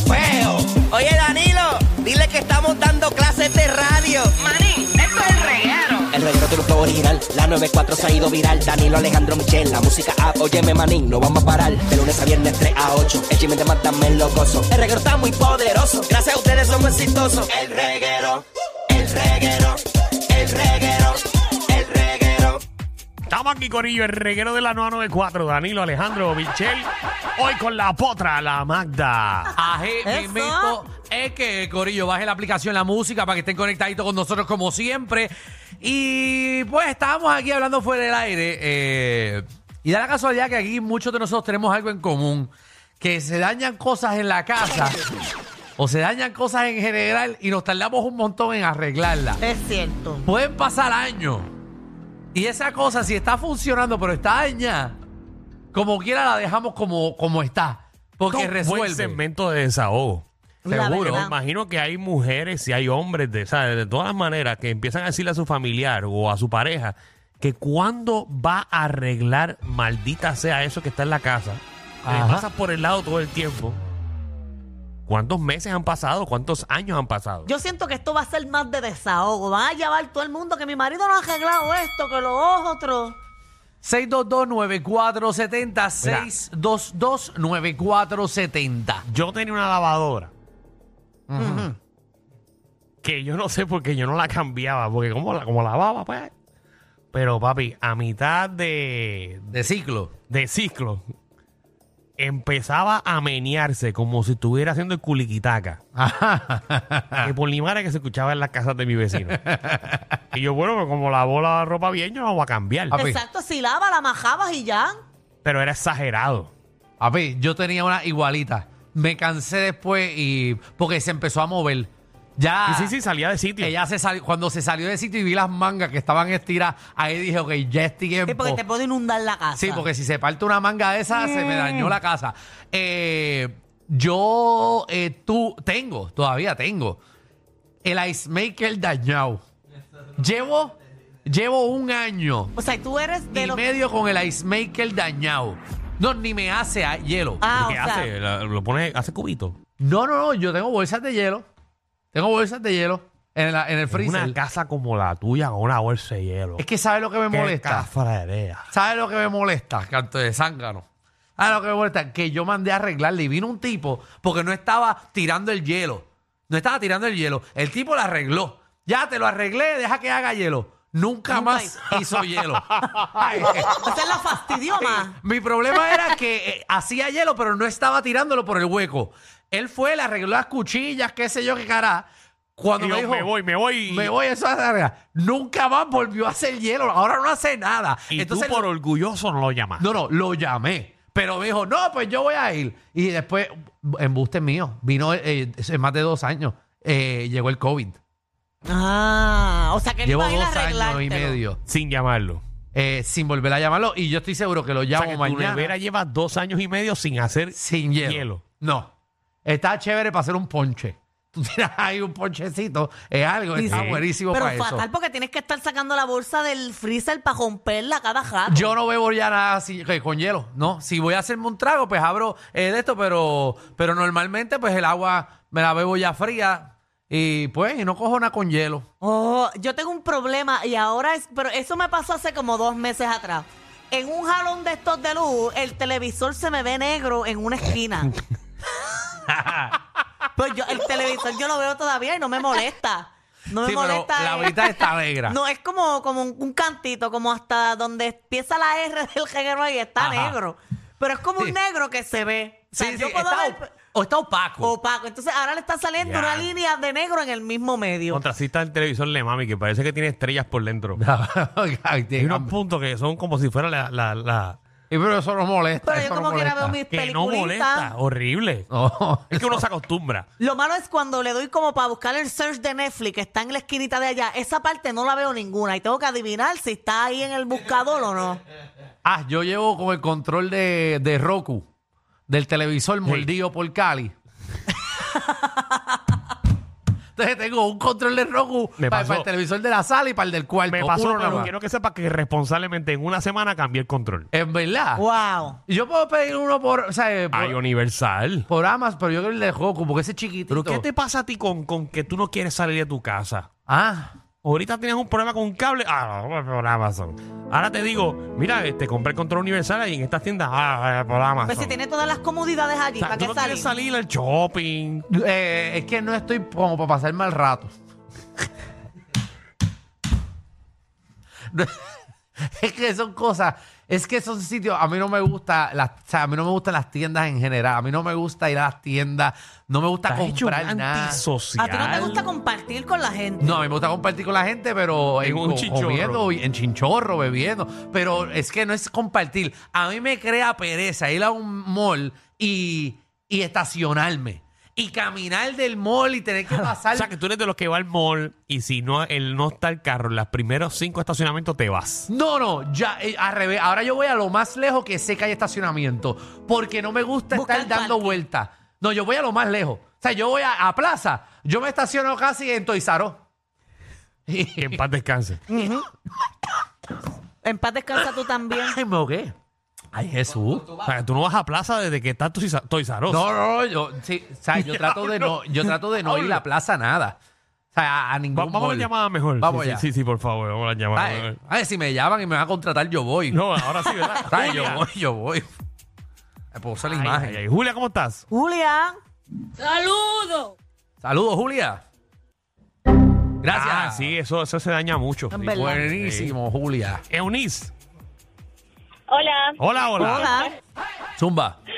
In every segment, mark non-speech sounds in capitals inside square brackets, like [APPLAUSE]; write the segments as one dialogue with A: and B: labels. A: feos. Oye Danilo, dile que estamos dando clases de radio. Manín, esto es el reguero. El reguero triunfó original, la 94 se ha ido viral. Danilo Alejandro Michel, la música app. Óyeme Manín, no vamos a parar. De lunes a viernes 3 a 8, el chisme de Mátame lo gozo. El reguero está muy poderoso, gracias a ustedes somos exitosos. El reguero. El reguero, el reguero, el reguero.
B: Estamos aquí, Corillo, el reguero de la 994, Danilo, Alejandro, Michel. Hoy con la potra, la Magda.
C: Aje, mimito, es que, Corillo, baje la aplicación La Música para que estén conectaditos con nosotros como siempre. Y pues estábamos aquí hablando fuera del aire. eh, y da la casualidad que aquí muchos de nosotros tenemos algo en común. Que se dañan cosas en la casa. O se dañan cosas en general y nos tardamos un montón en arreglarlas.
D: Es cierto.
C: Pueden pasar años. Y esa cosa, si está funcionando, pero está dañada, como quiera la dejamos como, como está. Porque
B: Esto es un buen
C: resuelve.
B: segmento de desahogo.
D: La
B: Seguro.
D: verdad.
B: Imagino que hay mujeres y hay hombres de, o sea, de todas las maneras que empiezan a decirle a su familiar o a su pareja que cuándo va a arreglar maldita sea eso que está en la casa. Que le
C: Ajá.
B: pasas por el lado todo el tiempo. ¿Cuántos meses han pasado? ¿Cuántos años han pasado?
D: Yo siento que esto va a ser más de desahogo. Van a llevar todo el mundo que mi marido no ha arreglado esto, que lo otro.
C: 622-9470. 622-9470.
B: Yo tenía una lavadora. Que yo no sé por qué yo no la cambiaba. Porque como la, como lavaba, pues. Pero papi, a mitad de, [LAUGHS]
C: De ciclo.
B: de ciclo, empezaba a menearse como si estuviera haciendo el culiquitaca.
D: Ah.
B: que por mi madre que se escuchaba en las casas de mi vecino. y yo, bueno, pues como lavó la ropa bien, yo no la voy a cambiar.
C: Papi.
D: Exacto, si lava, la majabas y ya.
B: Pero era exagerado.
C: Papi, yo tenía una igualita. Me cansé después y. Porque se empezó a mover. Ya.
B: Y sí, sí, salía de sitio.
C: Ella se salió, cuando se salió del sitio y vi las mangas que estaban estiradas, ahí dije, ok, ya es tiempo.
D: Sí, Eh, porque te puede inundar la casa.
C: Sí, porque si se parte una manga de esa, se me dañó la casa. Eh, yo eh, tú, tengo, todavía tengo, el ice maker dañado. Llevo, llevo un año
D: O sea, tú eres de
C: y
D: los.
C: medio con el ice maker dañado. No, ni me hace a- hielo.
D: Ah, o
B: ¿Qué
D: sea.
B: hace? La- lo pone, hace cubito.
C: No, no, no, yo tengo bolsas de hielo. Tengo bolsas de hielo en, la- en el
B: En
C: freezer.
B: Una casa como la tuya con una bolsa de hielo.
C: Es que ¿sabes lo que me
B: Qué
C: molesta?
B: cafradera.
C: ¿Sabes lo que me molesta? Canto de zángano. ¿Sabes lo que me molesta? Que yo mandé a arreglarle y vino un tipo porque no estaba tirando el hielo. No estaba tirando el hielo. El tipo lo arregló. Ya te lo arreglé, deja que haga hielo. Nunca,
D: Nunca
C: más hizo
B: [LAUGHS]
C: hielo. Ay, eh,
D: Esa es la fastidioma.
C: mi problema era que eh, hacía hielo, pero no estaba tirándolo por el hueco. Él fue, le arregló las cuchillas, qué sé yo, qué cara. Cuando
B: Y
C: me
B: yo,
C: dijo,
B: me voy, me voy.
C: me voy, eso es larga. Nunca más volvió a hacer hielo. Ahora no hace nada.
B: Y tú por orgulloso no lo llamas.
C: No, no, lo llamé. Pero me dijo, no, pues yo voy a ir. Y después, embuste mío, vino eh, hace más de dos años, eh, llegó el COVID.
D: Ah, o sea, que él
C: Llevo
D: iba a ir a
C: dos años y
D: arreglártelo.
C: medio
B: Sin llamarlo.
C: eh, sin volver a llamarlo. Y yo estoy seguro que lo
B: O
C: llamo
B: sea, que tu
C: mañana
B: nevera lleva dos años y medio sin hacer
C: sin hielo.
B: hielo.
C: No, está chévere para hacer un ponche. [LAUGHS] Tú tiras ahí un ponchecito, es algo,
D: Sí,
C: está
B: sí.
C: buenísimo
D: Pero
C: para eso.
D: fatal, porque tienes que estar sacando la bolsa del freezer para romperla cada rato.
C: Yo no bebo ya nada así, que con hielo, ¿no? Si voy a hacerme un trago, pues abro eh, de esto, pero, pero normalmente pues el agua me la bebo ya fría y pues y no cojo nada con hielo.
D: Oh, yo tengo un problema y ahora es, pero eso me pasó hace como dos meses atrás. En un jalón de estos de luz, el televisor se me ve negro en una esquina. pues yo, el televisor yo lo veo todavía y no me molesta. No me
C: sí, pero
D: molesta.
C: la
D: eh.
C: mitad está negra.
D: [LAUGHS] No, es como, como un, un cantito, como hasta donde empieza la R del reguero ahí está
C: Ajá.
D: negro. Pero es como
E: Sí.
D: un negro que se ve. O sea,
E: Sí,
D: yo
E: sí,
D: puedo
E: está
D: ver
E: op- o está opaco.
D: opaco. Entonces ahora le está saliendo
B: Ya.
D: una línea de negro en el mismo medio.
B: Contrasista el televisor Le Mami, que parece que tiene estrellas por dentro.
C: [LAUGHS] Ay,
B: Hay unos
C: digamos.
B: puntos que son como si fuera la. la- la-
C: Y pero eso no molesta.
D: Pero yo
C: eso no
D: como quiera veo
C: molesta.
D: mis
B: que no
D: peliculitas.
B: molesta, horrible.
C: [LAUGHS] No,
B: Es que uno se acostumbra.
D: Lo malo es cuando le doy como para buscar el search de Netflix, que está en la esquinita de allá. Esa parte no la veo ninguna y tengo que adivinar si está ahí en el buscador o no.
C: Ah, yo llevo con el control de, de Roku, del televisor mordido por Cali. Entonces tengo un control de Roku
B: Me
C: pa- para,
B: pasó.
C: el televisor de la sala y para el del cuarto.
B: Me pasó,
C: uno
B: pero
C: nada más.
B: quiero que sepas que responsablemente en una semana cambié el control.
C: En verdad.
D: Wow.
C: Y Yo puedo pedir uno por, o sea, eh, por,
B: Ay, Universal.
C: por Amazon, pero yo creo el de Roku, porque ese es chiquitito.
B: ¿Pero qué te pasa a ti con, con que tú no quieres salir de tu casa?
C: Ah,
B: Ahorita tienes un problema con un cable. Ah, por Amazon. Ahora te digo, mira, te compré el control universal y en estas tiendas. Ah, por Amazon.
D: Pues si tiene todas las comodidades allí,
B: O sea,
D: ¿para
B: tú
D: qué
B: no
D: salir?
B: quieres salir al shopping.
C: eh, es que no estoy como para pasar mal rato. [LAUGHS] No, es que son cosas, es que son sitios, a mí no me gusta, las, o sea, a mí no me gustan las tiendas en general, a mí no me gusta ir a las tiendas, no me
B: Te
C: gusta
B: has hecho un
C: comprar nada.
B: antisocial.
D: A ti no te gusta compartir con la gente.
C: No, a mí me gusta compartir con la gente, pero
B: En
C: en,
B: un
C: co-
B: chinchorro.
C: comiendo, en chinchorro, bebiendo. Pero es que no es compartir. A mí me crea pereza ir a un mall y, y estacionarme. Y caminar del mall y tener que
B: [LAUGHS]
C: pasar.
B: O sea, que tú eres de los que va al mall y si no, él no está el carro en los primeros cinco estacionamientos te vas.
C: No, no, ya, eh, al revés. Ahora yo voy a lo más lejos que sé que hay estacionamiento. Porque no me gusta
D: Busca el
C: estar dando
D: parking.
C: vueltas. No, yo voy a lo más lejos. O sea, yo voy a, a plaza. Yo me estaciono casi en Toizaró.
B: Que en paz
D: [LAUGHS]
B: descanse.
D: Ujú. En paz descansa tú también.
C: Ay, me ahogué. Ay, Jesús.
B: O sea, que tú no vas a plaza desde que estás [LAUGHS] toizaroso.
C: No, no, no, yo, sí, o
B: [LAUGHS]
C: sea, yo trato de no, yo trato de no ir a la plaza a nada. O sea, a, a ningún
B: vamos a
C: mall.
B: la llamada mejor.
C: Vamos
B: sí,
C: allá.
B: sí, sí, sí, por favor, vamos a la llamada.
C: Ay, ay, si me llaman y me van a contratar, yo voy.
B: No, ahora sí, ¿verdad?
C: O sea, yo
B: Julia.
C: voy, yo voy. Me puedo usar la
B: Ay,
C: imagen.
B: ay, ay. Julia, ¿cómo estás?
D: Julia,
C: Saludos, Julia. Gracias.
B: Ah, sí, eso, eso se daña mucho.
D: En
B: Sí.
D: verdad.
C: Buenísimo, Julia.
B: Eunice.
F: Hola.
B: Hola, hola.
D: hola.
C: Zumba.
F: [LAUGHS]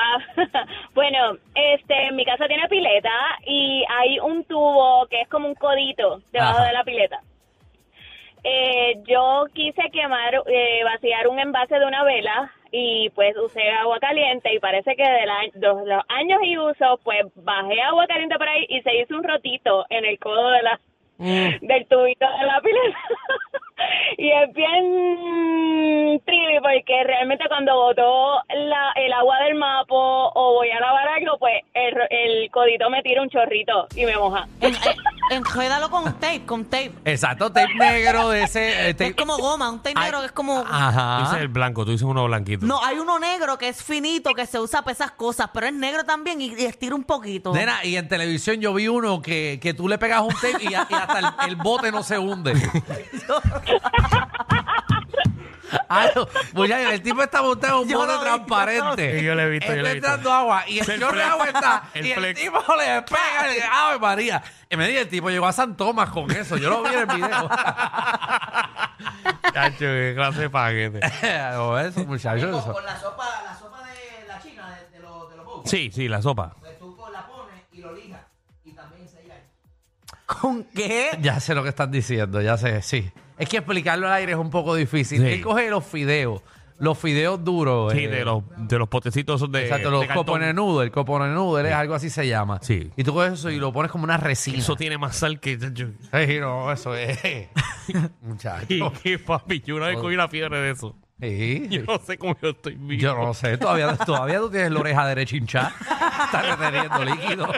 F: Ah, bueno, este, mi casa tiene pileta y hay un tubo que es como un codito debajo
C: Ajá.
F: de la pileta. Eh, yo quise quemar, eh, vaciar un envase de una vela y pues usé agua caliente y parece que de, la- de los años y uso pues bajé agua caliente por ahí y se hizo un rotito en el codo de la, del tubito de la pileta. [LAUGHS] y es bien trivi porque realmente cuando botó la, el agua del mapo o voy a lavar algo, pues el, ro- el codito me tira un chorrito y me moja.
D: En- en- Enjuégalo con tape, con tape.
C: Exacto, tape negro de ese. eh, tape-
D: Es como goma, un tape negro que es como...
B: Tú dices
C: Ajá.
B: el blanco, tú dices uno blanquito.
D: No, hay uno negro que es finito, que se usa para esas cosas, pero es negro también y, y estira un poquito.
C: Nena, y en televisión yo vi uno que, que tú le pegas un tape y, a- y hasta el, el bote no
B: [LAUGHS]
C: se hunde. Ah, no. Pues ya, el tipo está montado en un
D: Yo
C: bote
D: lo vi,
C: transparente.
B: yo lo vi. Sí, yo lo he visto,
C: Está
B: yo lo he visto.
C: entrando agua y el
B: El
C: señor de
B: flex.
C: agua está.
B: [LAUGHS] El
C: y el
B: flex.
C: tipo le pega. y- ¡Ave María! Y me dice, el tipo llegó a San Tomás con eso. Yo lo vi en el
B: [LAUGHS]
C: video.
B: Cacho, qué clase de paquete.
C: No, eso, muchachos. eso.
G: con la sopa, la sopa de la china, de, de los de los bowls,
B: Sí, sí, la sopa.
G: pues tú la pones y lo lijas y también se llega.
D: ¿Con qué?
C: Ya sé lo que están diciendo, ya sé, sí. Es que explicarlo al aire es un poco difícil.
B: Sí.
C: Él coge los fideos, los fideos duros.
B: Sí,
C: eh,
B: de los, de los potecitos esos de.
C: Exacto,
B: de
C: los
B: cartón.
C: copones noodle, el copone noodle, algo así se llama.
B: Sí.
C: Y tú coges eso y lo pones como una resina.
B: Eso tiene más sal que. yo-
C: Ey, no, eso
B: [LAUGHS]
C: es. Muchacho.
B: que papi, yo una vez cogí una fiebre de eso.
C: Sí.
B: Yo no sé cómo yo estoy vivo.
C: Yo no sé, todavía, todavía tú tienes la oreja derecha hinchada. Estás
B: [LAUGHS]
C: reteniendo líquido.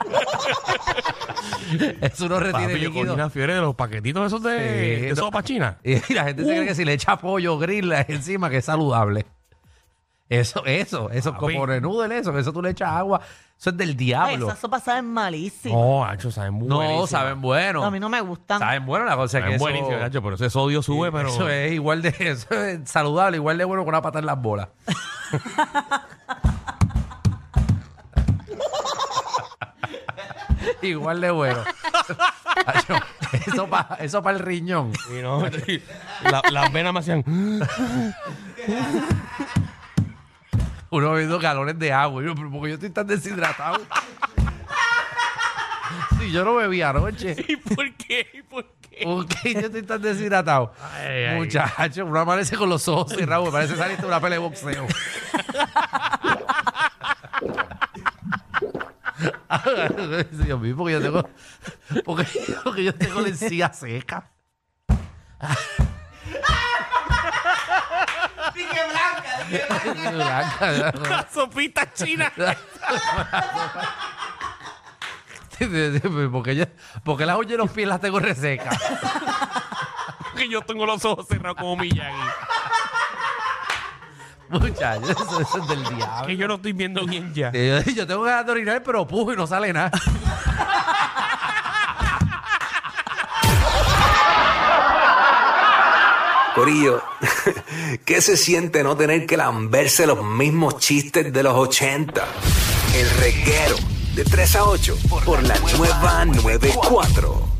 C: eso no retiene
B: Papi, yo cogí
C: líquido.
B: una fiebre de los paquetitos esos de,
C: Sí,
B: de
C: no.
B: sopa china.
C: Y la gente se cree que si le echa pollo grill encima que es saludable. Eso, eso, eso,
B: Papi.
C: como noodle, eso, que eso tú le echas agua. Eso es del
D: Ay,
C: diablo.
D: esas sopas saben malísimo.
B: No, Hacho, saben muy
C: no, saben bueno.
D: A mí no me gustan.
C: Saben bueno la cosa es que
B: Saben
C: eso,
B: buenísimo, Hacho, pero ese sodio sube, pero.
C: eso es igual de [LAUGHS] eso es saludable, igual de bueno que una pata en las bolas. [LAUGHS] igual de bueno. [LAUGHS] Hacho, eso para eso pa el riñón.
B: Y no, [LAUGHS] y la- las venas me hacían.
C: [LAUGHS] uno bebiendo galones de agua. Y yo, pero porque yo estoy
B: [LAUGHS]
C: tan deshidratado. Si yo no bebí anoche.
B: [LAUGHS] ¿Y por qué? ¿Y por qué?
C: ¿Por qué yo estoy tan deshidratado?
B: Ay, ay.
C: Muchacho, uno amanece con los ojos cerrados. Me parece que saliste de una pelea de boxeo. [LAUGHS] Dios mío, porque yo tengo. Porque, porque yo tengo la encía seca.
G: Dije blanca, dije blanca.
C: Blanca,
B: La sopita "Ah, [LAUGHS] china.
C: [LAUGHS] porque, yo, porque las uñas y los pies las tengo resecas.
B: Porque yo tengo los ojos cerrados como Miyagi.
C: [LAUGHS] Muchachos, eso, eso es del diablo.
B: Que yo no estoy viendo bien ya.
C: Eh, Yo, tengo ganas de orinar, pero pujo y no sale nada.
H: Corillo, [LAUGHS] ¿qué se siente no tener que lamberse los mismos chistes de los 80? El reguero de 3 a 8 por la nueva 94.